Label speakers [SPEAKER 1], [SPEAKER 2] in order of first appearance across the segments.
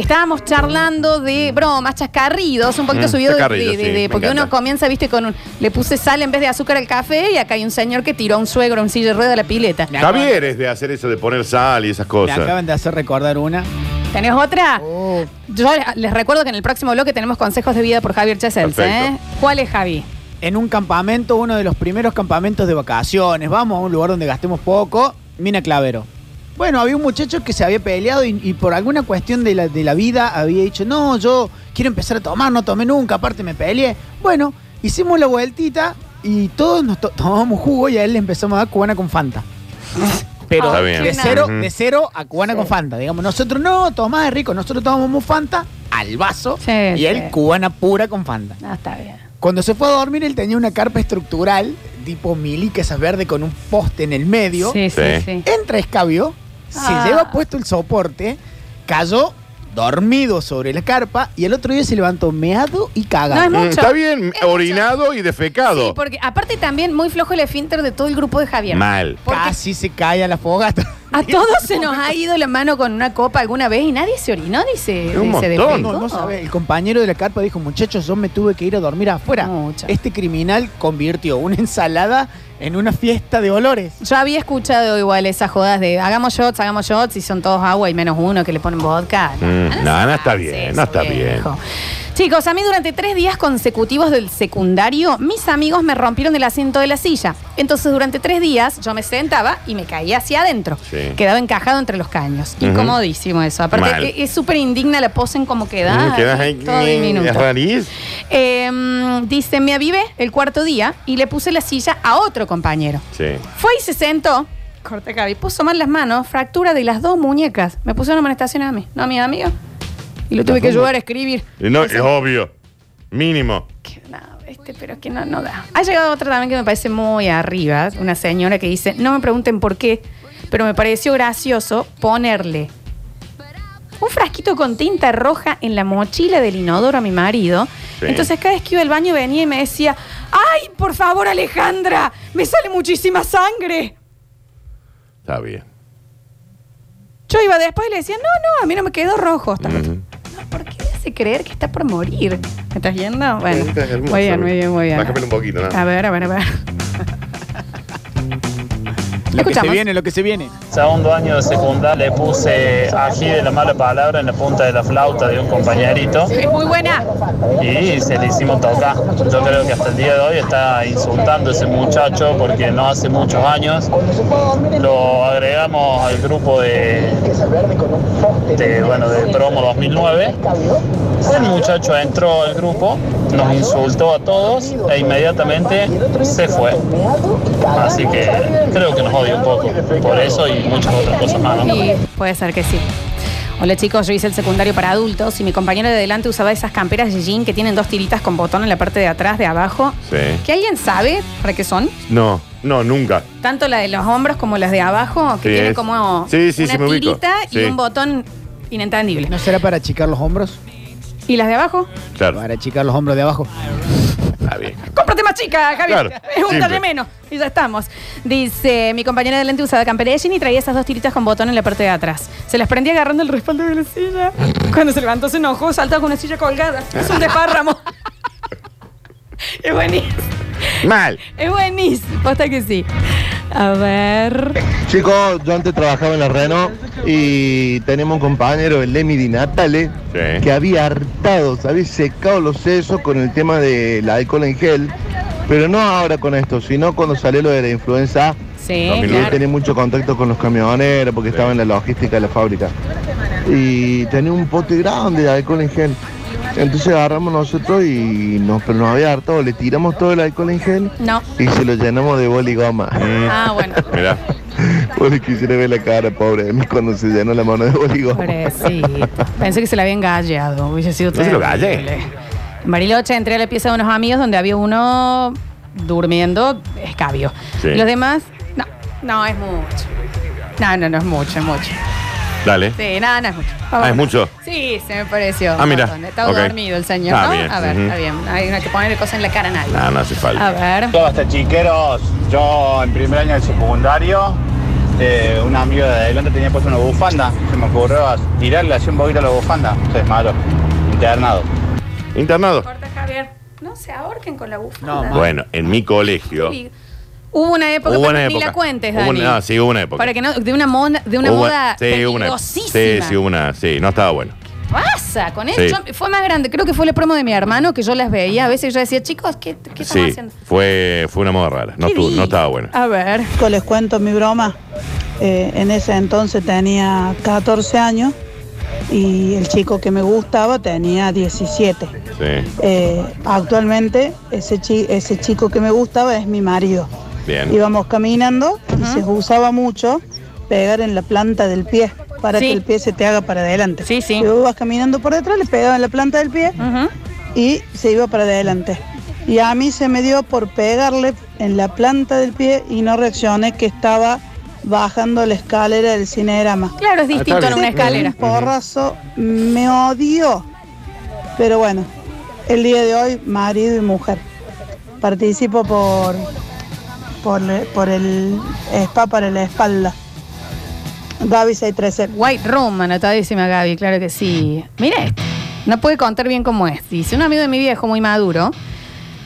[SPEAKER 1] Estábamos charlando de bromas, chascarridos, un poquito
[SPEAKER 2] Mm,
[SPEAKER 1] subido de,
[SPEAKER 2] chascarrillos,
[SPEAKER 1] de- de-
[SPEAKER 2] sí,
[SPEAKER 1] de-
[SPEAKER 2] me
[SPEAKER 1] porque
[SPEAKER 2] encanta.
[SPEAKER 1] uno comienza, viste, con un, le puse sal en vez de azúcar al café y acá hay un señor que tiró a un suegro a un silla de rueda a la pileta.
[SPEAKER 3] Me acaban-
[SPEAKER 2] Javier es de hacer eso de poner sal y esas
[SPEAKER 3] Me
[SPEAKER 2] cosas.
[SPEAKER 3] acaban de hacer recordar una.
[SPEAKER 1] ¿Tenés otra?
[SPEAKER 3] Oh.
[SPEAKER 1] Yo les- les recuerdo que en el próximo bloque tenemos consejos de vida por Javier Chesels,
[SPEAKER 2] Perfecto.
[SPEAKER 1] ¿eh? ¿Cuál es Javi?
[SPEAKER 3] En un campamento, uno de los primeros campamentos de vacaciones, vamos a un lugar donde gastemos poco, Mina Clavero. Bueno, había un muchacho que se había peleado y, y por alguna cuestión de la, de la vida había dicho, no, yo quiero empezar a tomar, no tomé nunca, aparte me peleé. Bueno, hicimos la vueltita y todos nos to- tomamos jugo y a él le empezamos a dar cubana con Fanta. Pero
[SPEAKER 2] Está bien.
[SPEAKER 3] de cero,
[SPEAKER 2] Ujú.
[SPEAKER 3] de cero a cubana con Fanta. Digamos, nosotros no, tomás de rico, nosotros tomamos Fanta al vaso
[SPEAKER 1] Sí,
[SPEAKER 3] y
[SPEAKER 1] sí.
[SPEAKER 3] él cubana pura con Fanta.
[SPEAKER 1] Ah, está bien.
[SPEAKER 3] Cuando se fue a dormir, él tenía una carpa estructural, tipo milica esa verde con un poste en el medio.
[SPEAKER 1] Sí, sí,
[SPEAKER 2] Sí.
[SPEAKER 1] sí.
[SPEAKER 3] Entra escabio,
[SPEAKER 1] Ah.
[SPEAKER 3] se lleva puesto el soporte, cayó dormido sobre la carpa y el otro día se levantó meado y cagado.
[SPEAKER 1] No,
[SPEAKER 2] Mm,
[SPEAKER 1] mucho.
[SPEAKER 2] Está bien,
[SPEAKER 1] Es mucho.
[SPEAKER 2] orinado y defecado.
[SPEAKER 1] Sí, porque aparte también muy flojo el esfínter de todo el grupo de Javier.
[SPEAKER 2] Mal.
[SPEAKER 1] porque-
[SPEAKER 3] Casi se cae a la fogata.
[SPEAKER 1] A todos se nos ha ido la mano con una copa alguna vez y nadie se orinó ni se,
[SPEAKER 2] Un
[SPEAKER 1] ni se
[SPEAKER 2] montón.
[SPEAKER 1] defecó.
[SPEAKER 3] No, no sabe. El compañero de la carpa dijo, muchachos, yo me tuve que ir a dormir afuera.
[SPEAKER 1] Mucha.
[SPEAKER 3] Este criminal convirtió una ensalada en una fiesta de olores.
[SPEAKER 1] Yo había escuchado igual esas jodas de hagamos shots, hagamos shots y son todos agua y menos uno que le ponen vodka.
[SPEAKER 2] Mm,
[SPEAKER 1] se
[SPEAKER 2] no, no
[SPEAKER 1] hace
[SPEAKER 2] está bien,
[SPEAKER 1] eso,
[SPEAKER 2] no está
[SPEAKER 1] viejo. Chicos, a mí durante tres días consecutivos del secundario, mis amigos me rompieron el asiento de la silla. Entonces, durante tres días, yo me sentaba y me caía hacia adentro.
[SPEAKER 2] Sí.
[SPEAKER 1] Quedaba encajado entre los caños.
[SPEAKER 2] Ujú.
[SPEAKER 1] Incomodísimo eso.
[SPEAKER 2] Mal.
[SPEAKER 1] Aparte, e- es súper indigna la pose en cómo queda.
[SPEAKER 2] Mm, quedás ahí,
[SPEAKER 1] todo
[SPEAKER 2] mm,
[SPEAKER 1] diminuto.
[SPEAKER 2] es rarís.
[SPEAKER 1] Eh, dice, me avivé el cuarto día y le puse la silla a otro compañero.
[SPEAKER 2] Sí.
[SPEAKER 1] Fue y se sentó. Corte Gaby. Puso mal las manos, fractura de las dos muñecas. Me pusieron amonestación a mí, no a mi amigo. Y lo tuve que ayudar a escribir.
[SPEAKER 2] Y No, es
[SPEAKER 1] Esa-
[SPEAKER 2] obvio. Mínimo.
[SPEAKER 1] que no, este, pero es que no, no da. Ha llegado otra también que me parece muy arriba, una señora que dice, no me pregunten por qué, pero me pareció gracioso ponerle un frasquito con tinta roja en la mochila del inodoro a mi marido.
[SPEAKER 2] Sí.
[SPEAKER 1] Entonces cada vez que iba al baño venía y me decía, ay, por favor Alejandra, me sale muchísima sangre.
[SPEAKER 2] Está bien.
[SPEAKER 1] Yo iba después y le decía, no, no, a mí no me quedó rojo. Está- No,
[SPEAKER 2] Mm.
[SPEAKER 1] ¿Por qué le hace creer que está por morir? ¿Me estás viendo? Bueno,
[SPEAKER 2] Está hermoso.
[SPEAKER 1] muy bien, muy bien, muy bien.
[SPEAKER 2] Bájamelo un poquito, ¿no?
[SPEAKER 1] A ver, a ver, a ver.
[SPEAKER 3] Lo que se
[SPEAKER 1] Escuchamos.
[SPEAKER 3] viene, lo que se viene.
[SPEAKER 4] Segundo año de secundaria le puse ají de la mala palabra en la punta de la flauta de un compañerito
[SPEAKER 1] Es muy buena.
[SPEAKER 4] y se le hicimos tocar. Yo creo que hasta el día de hoy está insultando ese muchacho porque no hace muchos años lo agregamos al grupo de, de, bueno, de promo 2009. El muchacho entró al grupo, nos insultó a todos e inmediatamente se fue. Así que creo que nos odia un poco por eso y muchas otras cosas más. ¿no?
[SPEAKER 1] Sí, puede ser que sí. Hola chicos, yo hice el secundario para adultos y mi compañero de adelante usaba esas camperas de jean que tienen dos tiritas con botón en la parte de atrás, de abajo.
[SPEAKER 2] Sí.
[SPEAKER 1] ¿Que alguien sabe para qué son?
[SPEAKER 2] No, no, nunca.
[SPEAKER 1] Tanto la de los hombros como las de abajo, que
[SPEAKER 2] Sí,
[SPEAKER 1] tiene
[SPEAKER 2] es.
[SPEAKER 1] como
[SPEAKER 2] Sí, sí,
[SPEAKER 1] una
[SPEAKER 2] sí, me ubico.
[SPEAKER 1] tirita y
[SPEAKER 2] Sí.
[SPEAKER 1] un botón inentendible.
[SPEAKER 3] ¿No será para achicar los hombros?
[SPEAKER 1] ¿Y las de abajo?
[SPEAKER 2] Claro.
[SPEAKER 3] Para achicar los hombros de abajo.
[SPEAKER 2] Está bien.
[SPEAKER 1] ¡Cómprate más chica, Javier!
[SPEAKER 2] Claro,
[SPEAKER 1] es un
[SPEAKER 2] simple.
[SPEAKER 1] talle menos. Y ya estamos. Dice, mi compañera de adelante usaba campera de jean y traía esas dos tiritas con botón en la parte de atrás. Se las prendía agarrando el respaldo de la silla. Cuando se levantó se enojó, saltaba con una silla colgada. Es un despárramo. es buenísimo.
[SPEAKER 2] Mal.
[SPEAKER 1] Es buenísimo. Posta que sí. A ver.
[SPEAKER 5] Chicos, yo antes trabajaba en la Renault y teníamos un compañero, el Emi Di Natale,
[SPEAKER 2] Sí.
[SPEAKER 5] que había hartado, se había secado los sesos con el tema del alcohol en gel, pero no ahora con esto, sino cuando salió lo de la influenza,
[SPEAKER 1] Sí,
[SPEAKER 5] que él
[SPEAKER 1] claro.
[SPEAKER 5] tenía mucho contacto con los camioneros porque estaba en la logística de la fábrica. Y tenía un pote grande de alcohol en gel. Entonces agarramos nosotros y nos, pero nos había hartado, le tiramos todo el alcohol en gel
[SPEAKER 1] No.
[SPEAKER 5] y se lo llenamos de boligoma.
[SPEAKER 1] Ah, bueno.
[SPEAKER 2] Mirá.
[SPEAKER 5] Pobre, quisiera ver la cara, pobre de mí, cuando se llenó la mano de oligo.
[SPEAKER 1] Pobrecito. Pensé que se la habían galleado. Hubiese sido
[SPEAKER 2] No se lo
[SPEAKER 1] terrible.
[SPEAKER 2] galle.
[SPEAKER 1] En Bariloche entré a la pieza de unos amigos donde había uno durmiendo, escabio.
[SPEAKER 2] Sí.
[SPEAKER 1] Los demás, no, no es mucho. No, no, no es mucho, es mucho.
[SPEAKER 2] Dale.
[SPEAKER 1] Sí, nada, no es mucho.
[SPEAKER 2] Ah, ¿es mucho?
[SPEAKER 1] Sí, se me pareció.
[SPEAKER 2] Ah, mira.
[SPEAKER 1] Estaba
[SPEAKER 2] Ok.
[SPEAKER 1] dormido el señor,
[SPEAKER 2] Ah,
[SPEAKER 1] ¿no?
[SPEAKER 2] bien,
[SPEAKER 1] A ver,
[SPEAKER 2] ujú.
[SPEAKER 1] está bien. Hay una que ponerle cosas en la cara a nadie.
[SPEAKER 2] Ah, No, no hace
[SPEAKER 1] A
[SPEAKER 2] falta.
[SPEAKER 1] ver.
[SPEAKER 6] Todo hasta chiqueros. Yo en primer año de secundario
[SPEAKER 4] este, un amigo de adelante tenía puesto una bufanda. Se me ocurrió tirarle así un poquito a la bufanda. Se desmayó. Internado.
[SPEAKER 2] Internado.
[SPEAKER 1] Corta, Javier. No se ahorquen con la bufanda.
[SPEAKER 3] No, ma.
[SPEAKER 2] Bueno, en mi colegio.
[SPEAKER 1] Hubo una época,
[SPEAKER 2] Hubo
[SPEAKER 1] pero
[SPEAKER 2] una
[SPEAKER 1] ni
[SPEAKER 2] época.
[SPEAKER 1] la cuentes,
[SPEAKER 2] Hubo
[SPEAKER 1] Dani.
[SPEAKER 2] una- no, sí, hubo una época.
[SPEAKER 1] Para que no, de una moda, de una
[SPEAKER 2] Hubo-
[SPEAKER 1] moda
[SPEAKER 2] sí, hubo una, sí,
[SPEAKER 1] peligrosísima.
[SPEAKER 2] sí, hubo una, sí, no estaba bueno.
[SPEAKER 1] pasa con él?
[SPEAKER 2] Sí.
[SPEAKER 1] Yo- fue más grande, creo que fue la promo de mi hermano que yo las veía. A veces yo decía, chicos, ¿qué, qué estamos
[SPEAKER 2] Sí,
[SPEAKER 1] haciendo?
[SPEAKER 2] fue, fue una moda rara. No,
[SPEAKER 1] ¿Qué
[SPEAKER 2] estuvo-
[SPEAKER 1] di?
[SPEAKER 2] no estaba bueno.
[SPEAKER 1] A ver.
[SPEAKER 6] Chicos, les cuento mi broma. Eh, en ese entonces tenía 14 años y el chico que me gustaba tenía 17.
[SPEAKER 2] Sí,
[SPEAKER 6] Eh, actualmente ese, chi- ese chico que me gustaba es mi marido.
[SPEAKER 2] bien.
[SPEAKER 6] Íbamos caminando y se usaba mucho pegar en la planta del pie para
[SPEAKER 1] Sí.
[SPEAKER 6] que el pie se te haga para adelante.
[SPEAKER 1] Sí, sí.
[SPEAKER 6] Y vos vas caminando por detrás, le pegaba en la planta del pie
[SPEAKER 1] Ujú.
[SPEAKER 6] y se iba para adelante. Y a mí se me dio por pegarle en la planta del pie y no reaccioné que estaba bajando la escalera del cinerama.
[SPEAKER 1] Claro, es
[SPEAKER 2] Ah,
[SPEAKER 1] distinto
[SPEAKER 2] está
[SPEAKER 1] en
[SPEAKER 2] bien.
[SPEAKER 1] una escalera.
[SPEAKER 6] Un porrazo me odió. Pero bueno, el día de hoy, marido y mujer. Participo por, por, le- por el spa para la espalda. Gaby 613.
[SPEAKER 1] White Room, anotadísima Gaby, claro que sí. Mira esto, no puede contar bien cómo es. Dice, un amigo de mi viejo muy maduro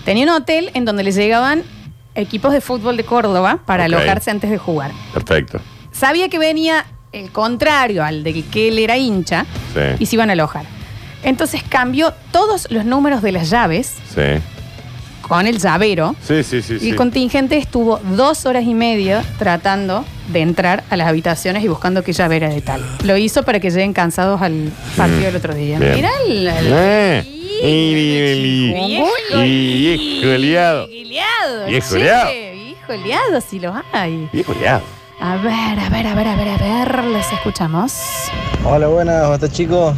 [SPEAKER 1] tenía un hotel en donde le llegaban equipos de fútbol de Córdoba para
[SPEAKER 2] Ok.
[SPEAKER 1] alojarse antes de jugar.
[SPEAKER 2] Perfecto.
[SPEAKER 1] Sabía que venía el contrario al del que él era hincha y
[SPEAKER 2] Sí.
[SPEAKER 1] se iban a alojar. Entonces cambió todos los números de las llaves
[SPEAKER 2] Sí.
[SPEAKER 1] con el llavero.
[SPEAKER 2] Sí, sí, sí.
[SPEAKER 1] Y
[SPEAKER 2] sí.
[SPEAKER 1] el contingente estuvo dos horas y media tratando de entrar a las habitaciones y buscando qué llave era de tal. Lo hizo para que lleguen cansados al partido
[SPEAKER 2] Mm.
[SPEAKER 1] del otro día.
[SPEAKER 2] Bien.
[SPEAKER 1] Mirá el. el-
[SPEAKER 2] Eh.
[SPEAKER 1] el-
[SPEAKER 2] Y-
[SPEAKER 1] el-
[SPEAKER 2] y-
[SPEAKER 1] viejo-
[SPEAKER 2] y- viejo liado.
[SPEAKER 1] Viejo liado,
[SPEAKER 2] Viejo
[SPEAKER 1] che,
[SPEAKER 2] liado.
[SPEAKER 1] viejo liado, si los hay.
[SPEAKER 2] Viejo ya.
[SPEAKER 1] A ver, a ver, a ver, a ver, a ver, los escuchamos.
[SPEAKER 7] Hola, buenas, hasta chicos.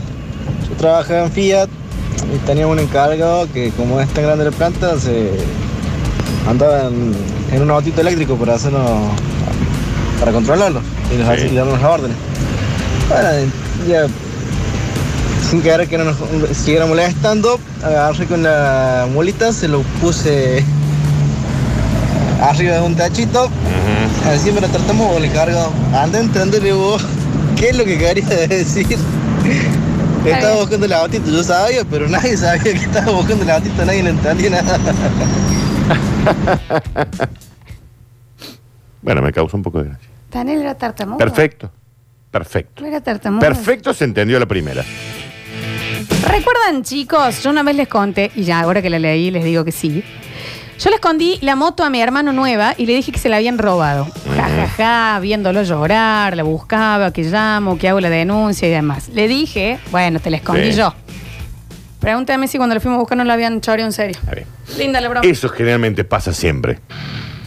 [SPEAKER 7] Yo trabajaba en Fiat y tenía un encargado que como es tan grande la planta, se andaba en, en un autito eléctrico para hacerlo, para controlarlo y nos
[SPEAKER 2] Sí.
[SPEAKER 7] hacía- y darnos las órdenes. Bueno, ya sin querer que no nos siguiera molestando, agarré con la mulita, se lo puse arriba de un tachito
[SPEAKER 2] Ujú.
[SPEAKER 7] Así me lo tratamos con el cargo. Anda entrándole vos. ¿Qué es lo que querías decir? Estaba
[SPEAKER 1] bien.
[SPEAKER 7] buscando el autito, yo sabía, pero nadie sabía que estaba buscando el autito, nadie le entendía nada.
[SPEAKER 2] Bueno, me causa un poco de gracia.
[SPEAKER 1] Daniel era tartamudo.
[SPEAKER 2] Perfecto. Perfecto.
[SPEAKER 1] No Era tartamudo.
[SPEAKER 2] Perfecto se entendió la primera.
[SPEAKER 1] ¿Recuerdan, chicos? Yo una vez les conté, y ya ahora que la leí les digo que sí. Yo le escondí la moto a mi hermano nueva y le dije que se la habían robado. Ja, ja, ja, viéndolo llorar, la buscaba, que llamo, que hago la denuncia y demás. Le dije, bueno, te la escondí
[SPEAKER 2] Sí.
[SPEAKER 1] yo. Pregúntame si cuando lo fuimos a buscar no la habían choreado en serio.
[SPEAKER 2] A ver.
[SPEAKER 1] Linda la broma.
[SPEAKER 2] Eso generalmente pasa siempre.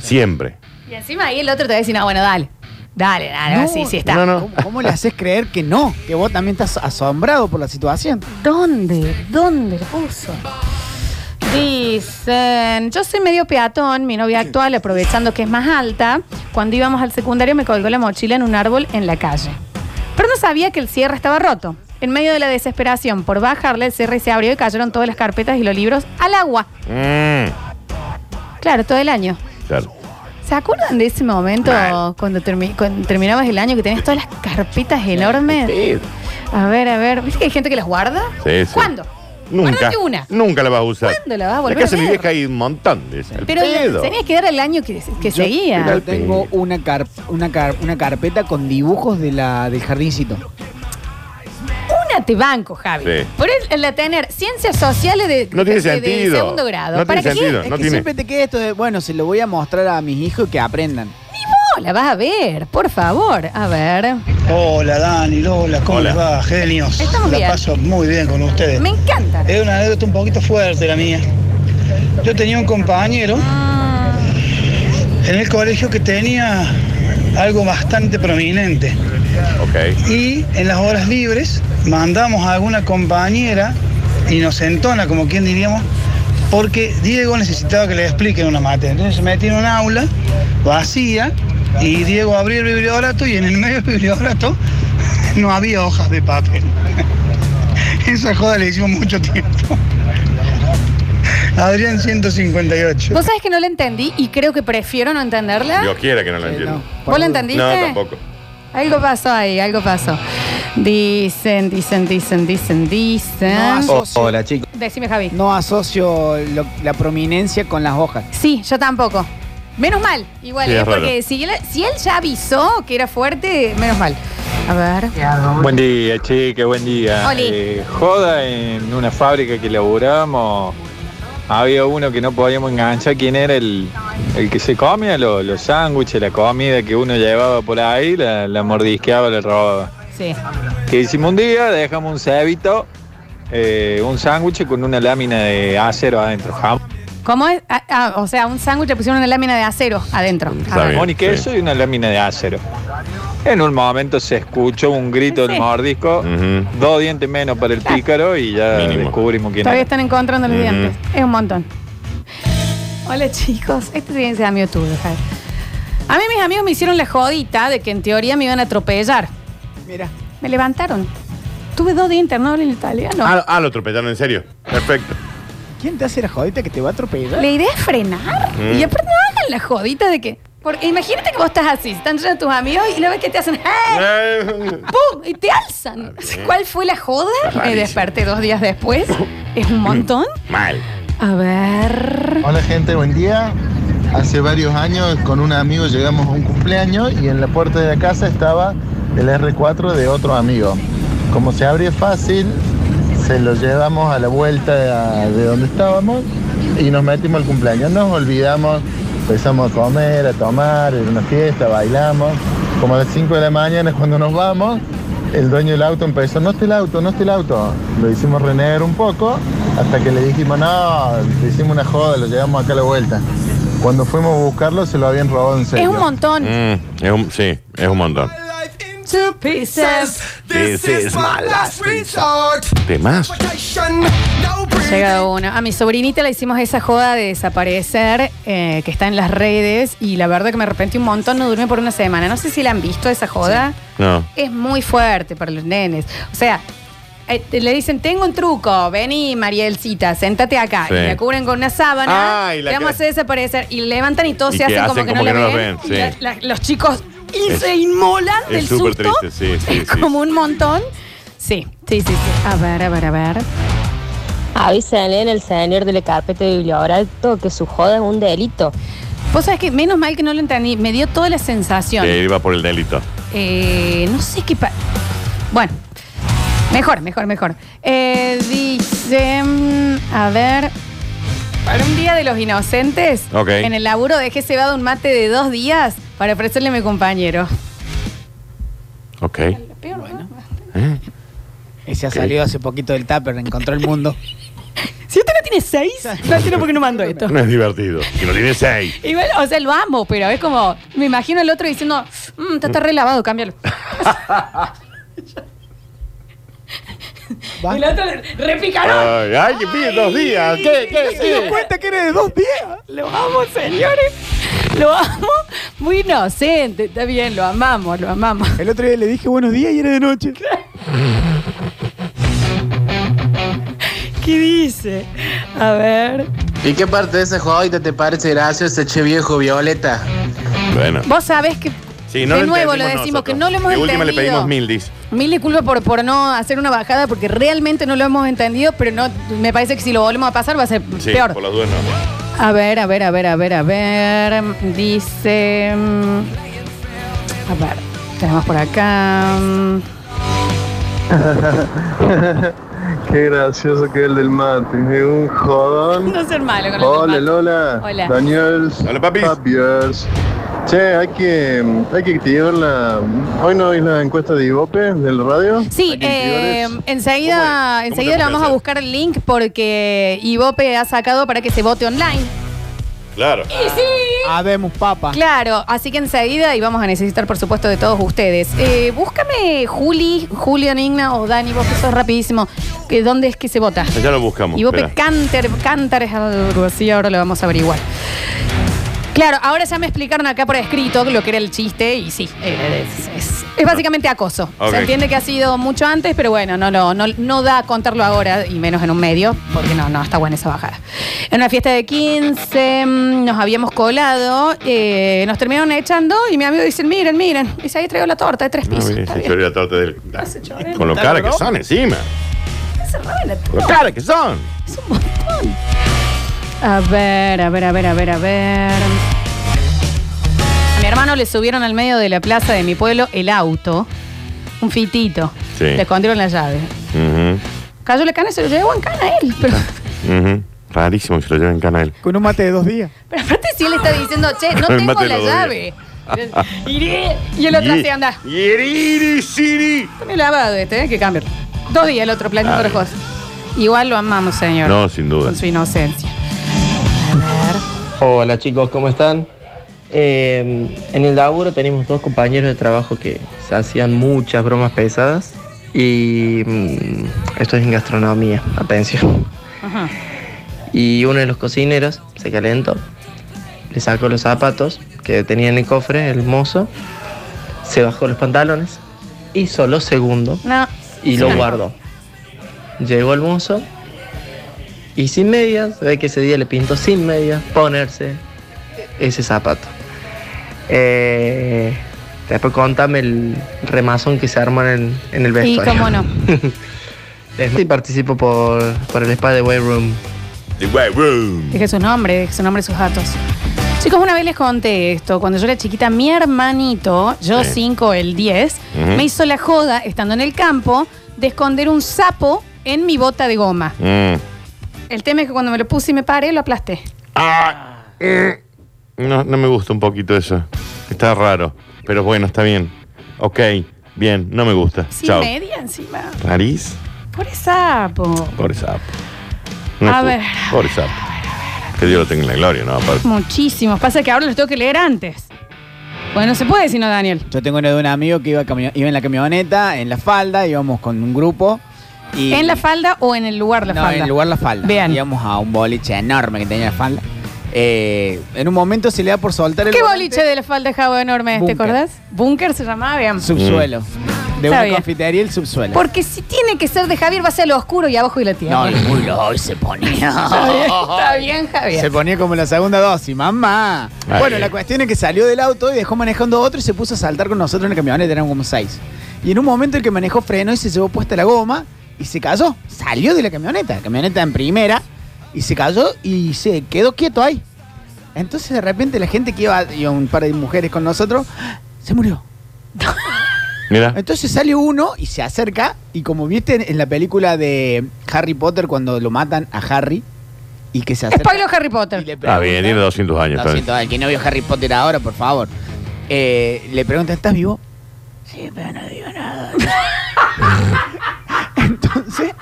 [SPEAKER 2] Siempre.
[SPEAKER 1] Y encima ahí el otro te va a decir, no, bueno, dale. Dale, dale,
[SPEAKER 3] No,
[SPEAKER 1] sí, sí está.
[SPEAKER 2] No, no.
[SPEAKER 3] ¿Cómo, cómo le haces creer que no? Que vos también estás asombrado por la situación.
[SPEAKER 1] ¿Dónde? ¿Dónde lo puso? Dicen, yo soy medio peatón, mi novia actual, aprovechando que es más alta, cuando íbamos al secundario me colgó la mochila en un árbol en la calle. Pero no sabía que el cierre estaba roto. En medio de la desesperación por bajarle, el cierre se abrió y cayeron todas las carpetas y los libros al agua.
[SPEAKER 2] Mm,
[SPEAKER 1] Claro, todo el año.
[SPEAKER 2] Claro.
[SPEAKER 1] ¿Se acuerdan de ese momento
[SPEAKER 2] Mal.
[SPEAKER 1] cuando, termi- cuando terminabas el año que tenías todas las carpetas enormes?
[SPEAKER 2] Sí.
[SPEAKER 1] A ver, a ver, ¿viste que hay gente que las guarda?
[SPEAKER 2] Sí, sí.
[SPEAKER 1] ¿Cuándo?
[SPEAKER 2] Nunca.
[SPEAKER 1] Guárdate una.
[SPEAKER 2] Nunca la vas a usar.
[SPEAKER 1] ¿Cuándo la vas a volver
[SPEAKER 2] La casa
[SPEAKER 1] a
[SPEAKER 2] de mi
[SPEAKER 1] ver?
[SPEAKER 2] vieja hay un montón de esas. Al
[SPEAKER 1] Pero
[SPEAKER 2] pedo.
[SPEAKER 1] tenías que dar el año que, que
[SPEAKER 3] Yo-
[SPEAKER 1] seguía.
[SPEAKER 3] Yo tengo una, car- una, car- una carpeta con dibujos de la, del jardincito.
[SPEAKER 1] Una te banco, Javi.
[SPEAKER 2] Sí.
[SPEAKER 1] Pero es la tener ciencias sociales de,
[SPEAKER 2] No tiene
[SPEAKER 1] de- de
[SPEAKER 2] sentido.
[SPEAKER 1] segundo grado.
[SPEAKER 2] No
[SPEAKER 1] ¿Para
[SPEAKER 2] tiene
[SPEAKER 1] qué?
[SPEAKER 2] sentido.
[SPEAKER 3] Es
[SPEAKER 2] No
[SPEAKER 3] que
[SPEAKER 2] tiene.
[SPEAKER 3] siempre te queda esto de, bueno, se lo voy a mostrar a mis hijos que aprendan.
[SPEAKER 1] No, la vas a ver, por favor. A ver.
[SPEAKER 8] Hola Dani, Lola, ¿cómo
[SPEAKER 2] Hola.
[SPEAKER 8] les va? Genios.
[SPEAKER 1] Estamos
[SPEAKER 8] la
[SPEAKER 1] bien.
[SPEAKER 8] paso muy bien con ustedes.
[SPEAKER 1] Me encanta.
[SPEAKER 8] Es una anécdota un poquito fuerte la mía. Yo tenía un compañero
[SPEAKER 1] Mm,
[SPEAKER 8] en el colegio que tenía algo bastante prominente.
[SPEAKER 2] Ok.
[SPEAKER 8] Y en las horas libres mandamos a alguna compañera inocentona, como quien diríamos, porque Diego necesitaba que le expliquen una materia. Entonces se metía en un aula vacía y Diego abrió el bibliorato y en el medio del bibliorato no había hojas de papel. Esa joda le hicimos mucho tiempo. Adrián 158.
[SPEAKER 1] Vos sabés que no la entendí y creo que prefiero no entenderla.
[SPEAKER 2] Dios quiera que no lo
[SPEAKER 3] Sí,
[SPEAKER 2] entienda.
[SPEAKER 3] no.
[SPEAKER 1] ¿Vos la entendiste?
[SPEAKER 2] No, tampoco.
[SPEAKER 1] Algo pasó ahí, algo pasó. Dicen, dicen, dicen, dicen, dicen.
[SPEAKER 3] No aso-
[SPEAKER 7] Oh, hola chicos.
[SPEAKER 1] Decime, Javi.
[SPEAKER 3] No asocio lo- la prominencia con las hojas.
[SPEAKER 1] Sí, yo tampoco. Menos mal, igual,
[SPEAKER 2] Sí,
[SPEAKER 1] ¿eh?
[SPEAKER 2] es raro.
[SPEAKER 1] porque si él, si él ya avisó que era fuerte, menos mal. A ver.
[SPEAKER 9] Buen día, chique, buen día.
[SPEAKER 1] Oli.
[SPEAKER 9] Eh, joda, en una fábrica que laburábamos, había uno que no podíamos enganchar quién era el, el que se comía lo- los sándwiches, la comida que uno llevaba por ahí, la, la mordisqueaba, la robaba.
[SPEAKER 1] Sí.
[SPEAKER 9] Que hicimos un día, dejamos un cebito, eh, un sándwich con una lámina de acero adentro. Jamón
[SPEAKER 1] ¿Cómo es? Ah, ah, o sea, un sándwich le pusieron una lámina de acero adentro. A
[SPEAKER 2] Está
[SPEAKER 1] ver.
[SPEAKER 2] bien.
[SPEAKER 9] y queso y una lámina de acero. En un momento se escuchó un grito del
[SPEAKER 1] Sí.
[SPEAKER 9] mordisco,
[SPEAKER 2] Ujú.
[SPEAKER 9] dos dientes menos para el
[SPEAKER 1] Claro.
[SPEAKER 9] pícaro y ya
[SPEAKER 2] Mínimo.
[SPEAKER 9] descubrimos quién
[SPEAKER 1] Todavía
[SPEAKER 9] era.
[SPEAKER 1] están encontrando los
[SPEAKER 2] Ujú.
[SPEAKER 1] dientes. Es un montón. Hola chicos, este tiene que ser amigo tuyo, Javi. A mí mis amigos me hicieron la jodita de que en teoría me iban a atropellar.
[SPEAKER 3] Mira.
[SPEAKER 1] Me levantaron. Tuve dos días internados en el italiano.
[SPEAKER 2] Ah, ah, lo atropellaron en serio. Perfecto.
[SPEAKER 3] ¿Quién te hace la jodita que te va a atropellar?
[SPEAKER 1] La idea es frenar.
[SPEAKER 2] Mm.
[SPEAKER 1] Y aparte no hagan la jodita de que. Porque imagínate que vos estás así, están llenos tus amigos y una vez que te hacen ¡Hey!
[SPEAKER 2] Eh.
[SPEAKER 1] ¡Pum! Y te alzan.
[SPEAKER 2] Ah, bien.
[SPEAKER 1] ¿Cuál fue la joda?
[SPEAKER 2] Está
[SPEAKER 1] Me
[SPEAKER 2] rarísimo.
[SPEAKER 1] desperté dos días después. Es un montón.
[SPEAKER 2] Mal.
[SPEAKER 1] A ver.
[SPEAKER 10] Hola gente, buen día. Hace varios años con un amigo llegamos a un cumpleaños y en la puerta de la casa estaba el R4 de otro amigo. Como se abre fácil, se lo llevamos a la vuelta de, a- de donde estábamos y nos metimos al cumpleaños. Nos olvidamos, empezamos a comer, a tomar, era una fiesta, bailamos. Como a las 5 de la mañana cuando nos vamos, el dueño del auto empezó, no está el auto, no está el auto. Lo hicimos renegar un poco hasta que le dijimos, no, le hicimos una joda, lo llevamos acá a la vuelta. Cuando fuimos a buscarlo se lo habían robado en
[SPEAKER 1] Es
[SPEAKER 10] serio.
[SPEAKER 1] un montón.
[SPEAKER 2] Mm, es un, sí, es un montón.
[SPEAKER 1] Two pieces.
[SPEAKER 2] This is my last resort. Temazo.
[SPEAKER 1] Llega una. A mi sobrinita le hicimos esa joda de desaparecer eh, que está en las redes y la verdad que me arrepentí un montón, no durmió por una semana. No sé si la han visto esa joda.
[SPEAKER 2] No.
[SPEAKER 1] Es muy fuerte para los nenes. O sea, eh, te- le dicen, tengo un truco, vení Marielcita, séntate acá.
[SPEAKER 2] Sí.
[SPEAKER 1] Y la cubren con una sábana,
[SPEAKER 2] Ah, y la
[SPEAKER 1] te vamos a
[SPEAKER 2] que-
[SPEAKER 1] hacer desaparecer. Y levantan y todos
[SPEAKER 2] Y
[SPEAKER 1] se
[SPEAKER 2] que
[SPEAKER 1] hacen, como,
[SPEAKER 2] hacen
[SPEAKER 1] que,
[SPEAKER 2] como
[SPEAKER 1] no,
[SPEAKER 2] que
[SPEAKER 1] la
[SPEAKER 2] no los
[SPEAKER 1] ven.
[SPEAKER 2] ven,
[SPEAKER 1] Y
[SPEAKER 2] sí.
[SPEAKER 1] la- la- los chicos y se inmolan
[SPEAKER 2] es
[SPEAKER 1] del
[SPEAKER 2] súper
[SPEAKER 1] susto.
[SPEAKER 2] triste, sí, sí,
[SPEAKER 1] Es
[SPEAKER 2] sí.
[SPEAKER 1] como un montón. Sí, sí, sí, sí. A ver, a ver, a ver.
[SPEAKER 11] Avísenle en el señor del carpeta de bibliorato que su joda es un delito.
[SPEAKER 1] Vos sabés que menos mal que no lo entendí, me dio toda la sensación.
[SPEAKER 2] Que iba por el delito.
[SPEAKER 1] Eh, no sé qué pa- Bueno, mejor, mejor, mejor. Eh, dice, mm, a ver, para un día de los inocentes,
[SPEAKER 2] Ok.
[SPEAKER 1] en el laburo dejé cebado un mate de dos días para ofrecerle a mi compañero.
[SPEAKER 2] Ok.
[SPEAKER 3] Ese ha salido hace poquito del tupper, encontró el mundo.
[SPEAKER 1] Si usted no tiene seis, no entiendo por qué no mando esto.
[SPEAKER 2] No es divertido. Y lo tiene seis.
[SPEAKER 1] Igual, o sea, lo amo, pero es como, me imagino el otro diciendo, mmm, está, está re lavado, cámbialo.
[SPEAKER 3] ¿Va?
[SPEAKER 1] Y el otro le- repicarón.
[SPEAKER 2] Ay, ay, que pide dos días. ¿Qué, qué,
[SPEAKER 3] ¿Se dio
[SPEAKER 2] qué?
[SPEAKER 3] cuenta que era de dos días?
[SPEAKER 1] Lo amo, señores. Lo amo. Muy inocente. Está bien, lo amamos, lo amamos.
[SPEAKER 3] El otro día le dije buenos días y era de noche.
[SPEAKER 1] ¿Qué dice? A ver.
[SPEAKER 7] ¿Y qué parte de ese jodita te parece gracioso, che viejo Violeta?
[SPEAKER 2] Bueno.
[SPEAKER 1] Vos sabés que.
[SPEAKER 2] Sí, no
[SPEAKER 1] de
[SPEAKER 2] lo
[SPEAKER 1] nuevo lo decimos,
[SPEAKER 2] entendimos nosotros.
[SPEAKER 1] que no lo hemos
[SPEAKER 2] De última le
[SPEAKER 1] entendido.
[SPEAKER 2] pedimos mil, dice.
[SPEAKER 1] Mil disculpas por, por no hacer una bajada porque realmente no lo hemos entendido, pero no me parece que si lo volvemos a pasar va a ser
[SPEAKER 2] Sí,
[SPEAKER 1] peor.
[SPEAKER 2] por las dudas no.
[SPEAKER 1] A ver, a ver, a ver, a ver, a ver. Dice. mm, A ver, tenemos por acá. mm,
[SPEAKER 10] Qué gracioso que el del mate, es un jodón.
[SPEAKER 1] No ser malo con la
[SPEAKER 10] Hola
[SPEAKER 1] del mate.
[SPEAKER 10] Lola,
[SPEAKER 1] Hola.
[SPEAKER 10] Daniels,
[SPEAKER 2] Hola, papis.
[SPEAKER 10] Papiers. Che, hay que, hay que activar la. Hoy no es la encuesta de Ivope del radio.
[SPEAKER 1] Sí,
[SPEAKER 10] Hay que
[SPEAKER 1] eh,
[SPEAKER 10] activar eso.
[SPEAKER 1] enseguida,
[SPEAKER 2] ¿Cómo es? ¿Cómo
[SPEAKER 1] enseguida le
[SPEAKER 2] tenemos que
[SPEAKER 1] vamos a
[SPEAKER 2] hacer?
[SPEAKER 1] buscar el link porque Ibope ha sacado para que se vote online.
[SPEAKER 2] Claro.
[SPEAKER 3] Habemos papa.
[SPEAKER 1] Claro, así que enseguida y vamos a necesitar, por supuesto, de todos ustedes. Eh, búscame Juli, Julián Igna o Dani, vos que sos rapidísimo. Que ¿Dónde es que se vota?
[SPEAKER 2] Ya lo buscamos.
[SPEAKER 1] Y Bope
[SPEAKER 2] espera.
[SPEAKER 1] Canter, Cantar es algo así, ahora lo vamos a averiguar. Claro, ahora ya me explicaron acá por escrito lo que era el chiste y sí, eh, es, es- Es básicamente acoso.
[SPEAKER 12] Ok.
[SPEAKER 1] Se entiende que ha sido mucho antes, pero bueno, no, lo- no, no da a contarlo ahora y menos en un medio, porque no, no está buena esa bajada. En una fiesta de 15 mm, nos habíamos colado, eh, nos terminaron echando y mi amigo dice, miren, miren. Y dice, ahí traigo la torta de tres
[SPEAKER 12] No,
[SPEAKER 1] pisos.
[SPEAKER 12] mira,
[SPEAKER 1] está
[SPEAKER 12] se
[SPEAKER 1] bien.
[SPEAKER 12] choró la torta del-
[SPEAKER 1] Se choró.
[SPEAKER 12] Con lo
[SPEAKER 1] Está
[SPEAKER 12] cara que
[SPEAKER 1] broma.
[SPEAKER 12] son encima.
[SPEAKER 1] Se roban la
[SPEAKER 12] Con lo
[SPEAKER 1] torta.
[SPEAKER 12] cara que son.
[SPEAKER 1] A ver, a ver, a ver, a ver, a ver. A mi hermano le subieron al medio de la plaza de mi pueblo el auto, un fitito.
[SPEAKER 12] Sí.
[SPEAKER 1] Le escondieron la llave.
[SPEAKER 12] Ujú,
[SPEAKER 1] Cayó la cana y se lo llevó en cana a él. Pero,
[SPEAKER 12] ujú. Rarísimo que se lo lleven en cana a él.
[SPEAKER 3] Con un mate de dos días.
[SPEAKER 1] pero aparte sí le está diciendo, che, no
[SPEAKER 12] El
[SPEAKER 1] tengo
[SPEAKER 12] mate
[SPEAKER 1] la
[SPEAKER 12] lo
[SPEAKER 1] llave. Iré. Y el otro
[SPEAKER 12] Ye-
[SPEAKER 1] así anda.
[SPEAKER 12] Yeriri, siri.
[SPEAKER 1] Me lavado este, ¿eh? que cambiar. Dos días el otro planeta
[SPEAKER 12] Ah,
[SPEAKER 1] otra cosa. Igual lo amamos, señor.
[SPEAKER 12] No, sin duda.
[SPEAKER 1] Con su inocencia.
[SPEAKER 13] Hola chicos, ¿cómo están? Eh, en el laburo tenemos dos compañeros de trabajo que se hacían muchas bromas pesadas y mm, esto es en gastronomía, atención.
[SPEAKER 1] Ajá.
[SPEAKER 13] Y uno de los cocineros se calentó, le sacó los zapatos que tenía en el cofre, el mozo, se bajó los pantalones, hizo lo segundo
[SPEAKER 1] No.
[SPEAKER 13] y lo
[SPEAKER 1] No.
[SPEAKER 13] guardó. Llegó el mozo y sin medias, se ve que ese día le pintó sin medias ponerse ese zapato. Eh, después contame el remazón que se armó en el, en el
[SPEAKER 1] Y
[SPEAKER 13] vestuario.
[SPEAKER 1] cómo no.
[SPEAKER 13] Es más, Y participo por, por el spa de Way Room.
[SPEAKER 12] The White Room.
[SPEAKER 1] Dije su nombre, dije su nombre y sus datos. Chicos, una vez les conté esto. Cuando yo era chiquita, mi hermanito, yo
[SPEAKER 12] Sí.
[SPEAKER 1] 5, el 10,
[SPEAKER 12] Ujú.
[SPEAKER 1] me hizo la joda, estando en el campo, de esconder un sapo en mi bota de goma.
[SPEAKER 12] Mm.
[SPEAKER 1] El tema es que cuando me lo puse y me paré, lo aplasté.
[SPEAKER 12] Ah, eh. No, no me gusta un poquito eso. Está raro. Pero bueno, está bien. Ok, bien, no me gusta.
[SPEAKER 1] Sin
[SPEAKER 12] Chao.
[SPEAKER 1] media encima.
[SPEAKER 12] Nariz,
[SPEAKER 1] Pobre sapo.
[SPEAKER 12] pobre sapo.
[SPEAKER 1] A
[SPEAKER 12] pu-
[SPEAKER 1] ver.
[SPEAKER 12] Pobre sapo. Que Dios lo tenga en la gloria, ¿no? Aparte.
[SPEAKER 1] Muchísimos. Pasa que ahora los tengo que leer antes. Bueno, se puede, sino Daniel.
[SPEAKER 3] Yo tengo uno de un amigo que iba, camio- iba en la camioneta, en la falda, íbamos con un grupo. Y
[SPEAKER 1] ¿En la falda o en el lugar la
[SPEAKER 3] no,
[SPEAKER 1] falda?
[SPEAKER 3] en el lugar La Falda. Íbamos a un boliche enorme que tenía La Falda. Eh, en un momento se le da por soltar el
[SPEAKER 1] ¿Qué
[SPEAKER 3] volante
[SPEAKER 1] boliche de la falda jabo enorme? ¿Te
[SPEAKER 3] Búnker.
[SPEAKER 1] acordás? Búnker se llamaba, veamos.
[SPEAKER 3] subsuelo. De
[SPEAKER 1] Mm. Está
[SPEAKER 3] una
[SPEAKER 1] bien.
[SPEAKER 3] confitería el subsuelo.
[SPEAKER 1] Porque si tiene que ser de Javier, va a ser lo oscuro y abajo y la tierra.
[SPEAKER 3] No, el culo hoy se
[SPEAKER 1] Está bien, está
[SPEAKER 3] ponía.
[SPEAKER 1] bien,
[SPEAKER 3] Se
[SPEAKER 1] Javier.
[SPEAKER 3] ponía como la segunda dosis, mamá.
[SPEAKER 12] Ay.
[SPEAKER 3] Bueno, la cuestión es que salió del auto y dejó manejando otro y se puso a saltar con nosotros en el camioneta, eran como seis. Y en un momento el que manejó frenó y se llevó puesta la goma y se cayó. Salió de la camioneta, la camioneta en primera, y se cayó y se quedó quieto ahí. Entonces de repente la gente que iba, iba un par de mujeres con nosotros, se murió.
[SPEAKER 12] Mira.
[SPEAKER 3] Entonces sale uno y se acerca y como viste en- en la película de Harry Potter cuando lo matan a Harry y que se acerca...
[SPEAKER 1] Spoiler Harry Potter.
[SPEAKER 12] Ah, bien, tiene 200 años.
[SPEAKER 3] Lo
[SPEAKER 12] está bien.
[SPEAKER 3] siento, al que no vio Harry Potter ahora, por favor. Eh, le pregunta, ¿estás vivo? Sí, pero no digo nada. Entonces,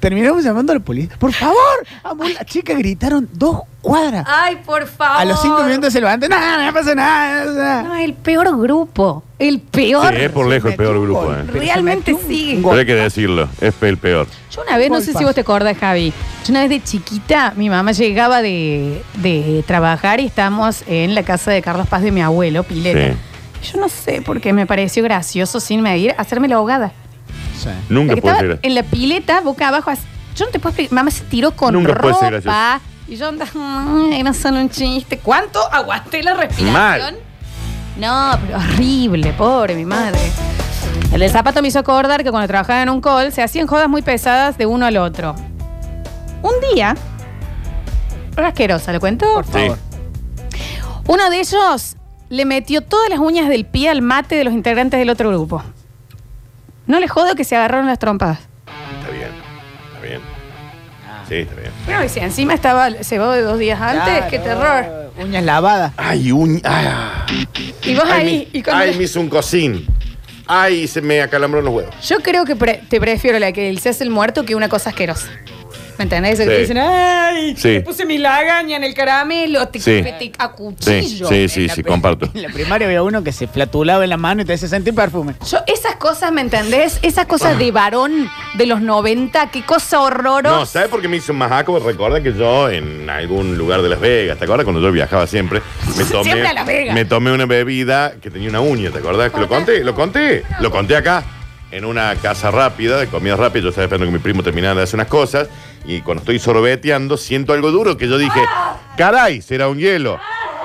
[SPEAKER 3] terminamos llamando a la policía. Por favor, amor, la chica gritaron dos cuadras.
[SPEAKER 1] Ay, por favor.
[SPEAKER 3] A los cinco minutos se levantan, nada, no pasa nada. no pasa nada".
[SPEAKER 1] No, el peor grupo. El peor.
[SPEAKER 12] Sí, es por lejos el peor grupo, ¿eh?
[SPEAKER 1] Realmente sí.
[SPEAKER 12] Pero hay que decirlo, es el peor.
[SPEAKER 1] Yo una vez, no sé si vos te acordás, Javi, yo una vez de chiquita, mi mamá llegaba de, de trabajar y estábamos en la casa de Carlos Paz de mi abuelo, Pileta.
[SPEAKER 12] Sí.
[SPEAKER 1] Yo no sé por qué me pareció gracioso, sin medir, hacerme la ahogada.
[SPEAKER 12] Nunca
[SPEAKER 1] La que
[SPEAKER 12] puede
[SPEAKER 1] estaba
[SPEAKER 12] ser.
[SPEAKER 1] En la pileta, boca abajo. así. Yo no te puedo explicar. Mamá se tiró con
[SPEAKER 12] Nunca puede ser
[SPEAKER 1] ropa. Y yo andaba, "Mm, era solo un chiste. ¿Cuánto aguanté la respiración?
[SPEAKER 12] Mal.
[SPEAKER 1] No, pero horrible, pobre mi madre. El del zapato me hizo acordar que cuando trabajaba en un call se hacían jodas muy pesadas de uno al otro. Un día, era asquerosa, ¿lo cuento?
[SPEAKER 12] Sí.
[SPEAKER 1] Uno de ellos le metió todas las uñas del pie al mate de los integrantes del otro grupo. No le jodo que se agarraron las trompadas.
[SPEAKER 12] Está bien, está bien. Sí, está bien.
[SPEAKER 1] Bueno, y si encima estaba cebado de dos días antes,
[SPEAKER 3] Claro.
[SPEAKER 1] qué terror.
[SPEAKER 3] Uñas lavadas.
[SPEAKER 12] Ay, un... ah.
[SPEAKER 1] Y vos
[SPEAKER 12] Ay,
[SPEAKER 1] ahí,
[SPEAKER 12] mi-
[SPEAKER 1] y con
[SPEAKER 12] ay,
[SPEAKER 1] el-
[SPEAKER 12] me hizo un cocín. Ay, se me acalambró los huevos.
[SPEAKER 1] Yo creo que pre- te prefiero la que se hace el muerto que una cosa asquerosa. ¿Me entendés? Eso que
[SPEAKER 12] Sí.
[SPEAKER 1] te dicen, ¡ay!
[SPEAKER 12] Sí.
[SPEAKER 1] Te puse mi lagaña en el caramelo, te,
[SPEAKER 12] Sí.
[SPEAKER 1] te
[SPEAKER 12] Sí,
[SPEAKER 1] acuchillo.
[SPEAKER 12] sí, sí, sí, comparto.
[SPEAKER 3] En la primaria había uno que se flatulaba en la mano y te hace sentir perfume.
[SPEAKER 1] Yo, esas cosas, ¿me entendés? Esas cosas de varón de los 90, qué cosa
[SPEAKER 12] No,
[SPEAKER 1] horrorosa.
[SPEAKER 12] ¿sabes por qué me hizo un majaco? Recuerda que yo en algún lugar de Las Vegas, ¿te acuerdas? Cuando yo viajaba siempre, me tomé,
[SPEAKER 1] Siempre a Las Vegas.
[SPEAKER 12] me tomé una bebida que tenía una uña, ¿te acordás? Que lo conté, lo conté, lo conté acá, en una casa rápida, de comida rápida. Yo estaba esperando que mi primo terminara de hacer unas cosas y cuando estoy sorbeteando siento algo duro que yo dije,
[SPEAKER 1] Ah.
[SPEAKER 12] caray, será un hielo.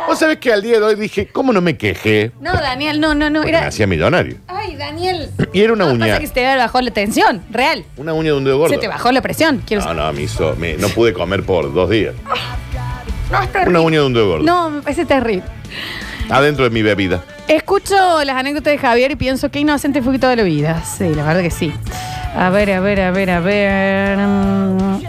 [SPEAKER 12] Vos sabés que al día de hoy dije, ¿cómo no me quejé?
[SPEAKER 1] No, Daniel, no, no, no.
[SPEAKER 12] Porque me
[SPEAKER 1] Era,
[SPEAKER 12] hacía millonario.
[SPEAKER 1] ay, Daniel.
[SPEAKER 12] Y era una uña,
[SPEAKER 1] Pasa que se te bajó la tensión, real.
[SPEAKER 12] una uña de un dedo gordo.
[SPEAKER 1] Se te bajó la presión. Quiero
[SPEAKER 12] No, no, me hizo, me- no pude comer por dos días.
[SPEAKER 1] No, es terrible.
[SPEAKER 12] Una uña de un dedo gordo.
[SPEAKER 1] No, me parece terrible.
[SPEAKER 12] Adentro de mi bebida.
[SPEAKER 1] Escucho las anécdotas de Javier y pienso que inocente fui toda la vida. Sí, la verdad que sí. A ver, a ver, a ver, a ver. mm.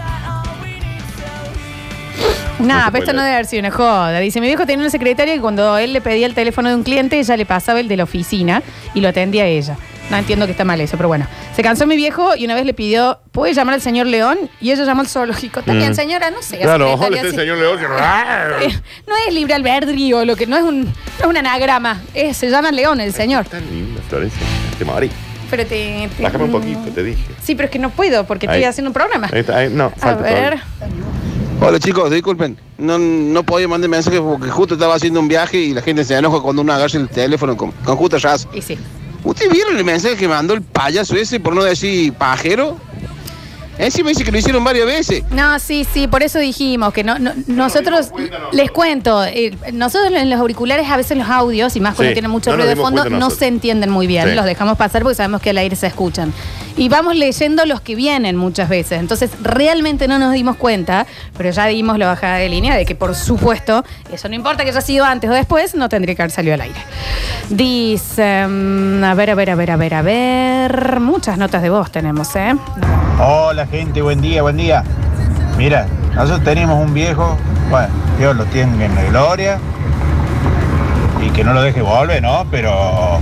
[SPEAKER 12] No
[SPEAKER 1] Nah,
[SPEAKER 12] se
[SPEAKER 1] pero esto
[SPEAKER 12] puede
[SPEAKER 1] no debe haber sido una joda. Dice, mi viejo tenía una secretaria que cuando él le pedía el teléfono de un cliente, ella le pasaba el de la oficina y lo atendía ella. No entiendo que está mal eso, pero bueno. Se cansó mi viejo y una vez le pidió, ¿puede llamar al señor León? Y ella llamó al zoológico. También,
[SPEAKER 12] Mm.
[SPEAKER 1] señora, no sé.
[SPEAKER 12] Claro, ojo,
[SPEAKER 1] secretaria,
[SPEAKER 12] le está el
[SPEAKER 1] sí.
[SPEAKER 12] señor León. que- ¡ah!
[SPEAKER 1] Eh, no es libre albedrío, lo que no es un, no es un anagrama. Eh, se llama León el señor.
[SPEAKER 12] Tan linda, Florencia. Te morí.
[SPEAKER 1] Pero te, te-
[SPEAKER 12] Bájame un poquito, te dije.
[SPEAKER 1] Sí, pero es que no puedo porque estoy
[SPEAKER 12] Ahí.
[SPEAKER 1] haciendo un programa.
[SPEAKER 12] Ahí está, ahí- no,
[SPEAKER 1] A
[SPEAKER 12] falta
[SPEAKER 1] ver.
[SPEAKER 12] todavía.
[SPEAKER 14] Hola chicos, disculpen. No, no podía mandar mensajes porque justo estaba haciendo un viaje y la gente se enoja cuando uno agarra el teléfono con, con justa razón.
[SPEAKER 1] Y sí.
[SPEAKER 14] ¿Ustedes vieron el mensaje que mandó el payaso ese por no decir pajero? Encima dice que lo hicieron varias veces.
[SPEAKER 1] No, sí, sí, por eso dijimos que no, no- nosotros les cuento, eh, nosotros en los auriculares a veces los audios, y más cuando
[SPEAKER 12] Sí,
[SPEAKER 1] tienen mucho
[SPEAKER 12] no nos
[SPEAKER 1] ruido de
[SPEAKER 12] dimos
[SPEAKER 1] fondo,
[SPEAKER 12] cuenta
[SPEAKER 1] no
[SPEAKER 12] nosotros.
[SPEAKER 1] se entienden muy bien.
[SPEAKER 12] Sí.
[SPEAKER 1] Los dejamos pasar porque sabemos que al aire se escuchan. Y vamos leyendo los que vienen muchas veces. Entonces, realmente no nos dimos cuenta, pero ya dimos la bajada de línea de que, por supuesto, eso no importa que haya sido antes o después, no tendría que haber salido al aire. Dice, mm, a ver, a ver, a ver, a ver, a ver. Muchas notas de voz tenemos, ¿eh?
[SPEAKER 7] Hola gente, buen día, buen día. Mira, nosotros tenemos un viejo, bueno, Dios lo tiene en la gloria y que no lo deje volver, ¿no? Pero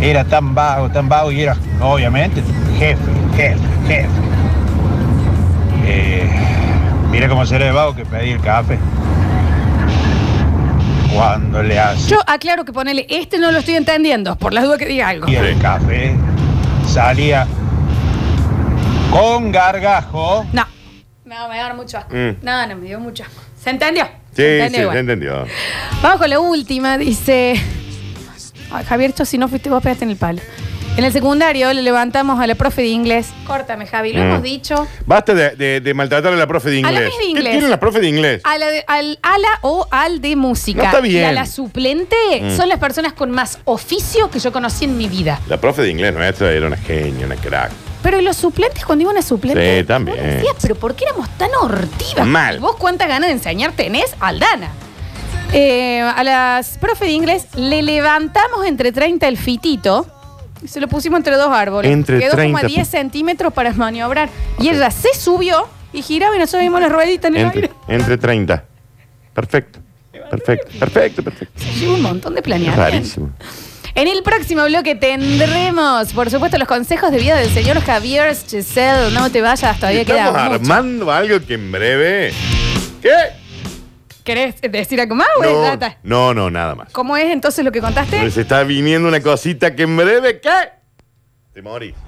[SPEAKER 7] era tan vago, tan vago y era, obviamente, jefe, jefe, jefe. Eh, mira cómo será de vago que pedí el café. Cuando le hace
[SPEAKER 1] Yo aclaro que ponele, este no lo estoy entendiendo, por las dudas que diga algo.
[SPEAKER 7] y el café salía con gargajo.
[SPEAKER 1] No. No, me dio mucho asco.
[SPEAKER 7] Mm.
[SPEAKER 1] No, no, me dio mucho asco. ¿Se entendió?
[SPEAKER 12] Sí, sí,
[SPEAKER 1] igual.
[SPEAKER 12] se entendió.
[SPEAKER 1] Vamos con la última, dice. Ay, Javier, esto si no fuiste vos, pegaste en el palo. En el secundario le levantamos a la profe de inglés. Córtame, Javi, lo
[SPEAKER 12] Mm.
[SPEAKER 1] hemos dicho.
[SPEAKER 12] Basta de, de- de maltratar a la profe de
[SPEAKER 1] A la
[SPEAKER 12] inglés.
[SPEAKER 1] mis de
[SPEAKER 12] ¿Qué
[SPEAKER 1] inglés. Ah.
[SPEAKER 12] tienen la profe de inglés?
[SPEAKER 1] A la, de- al, a la o al de música.
[SPEAKER 12] No está
[SPEAKER 1] Y a
[SPEAKER 12] bien.
[SPEAKER 1] la suplente
[SPEAKER 12] Mm.
[SPEAKER 1] son las personas con más oficio que yo conocí en mi vida.
[SPEAKER 12] La profe de inglés nuestra era una genia, una crack.
[SPEAKER 1] Pero ¿y los suplentes, cuando iban a suplente.
[SPEAKER 12] Sí, también.
[SPEAKER 1] Decía, pero ¿por qué éramos tan hortivas?
[SPEAKER 12] Eh, Mal.
[SPEAKER 1] ¿Y ¿Vos cuántas ganas de enseñar tenés, Aldana? Eh, a las profe de inglés le levantamos entre 30 el fitito y se lo pusimos entre dos árboles.
[SPEAKER 12] Entre
[SPEAKER 1] Quedó como
[SPEAKER 12] 30.
[SPEAKER 1] a 10 centímetros para maniobrar. Y ella se subió y giraba y nosotros vimos las rueditas en el
[SPEAKER 12] Entre,
[SPEAKER 1] aire.
[SPEAKER 12] entre 30. Perfecto. Perfecto, perfecto, perfecto.
[SPEAKER 1] Lleva un montón de
[SPEAKER 12] Es
[SPEAKER 1] planeamiento.
[SPEAKER 12] rarísimo.
[SPEAKER 1] En el próximo bloque tendremos, por supuesto, los consejos de vida del señor Javier Chesel. No te vayas, todavía queda
[SPEAKER 12] Estamos
[SPEAKER 1] mucho.
[SPEAKER 12] armando algo que en breve. ¿Qué?
[SPEAKER 1] ¿Querés decir algo más, güey? Ya
[SPEAKER 12] No,
[SPEAKER 1] está.
[SPEAKER 12] no, no, nada más.
[SPEAKER 1] ¿Cómo es entonces lo que contaste?
[SPEAKER 12] Pero se está viniendo una cosita que en breve. ¿Qué? Te morís.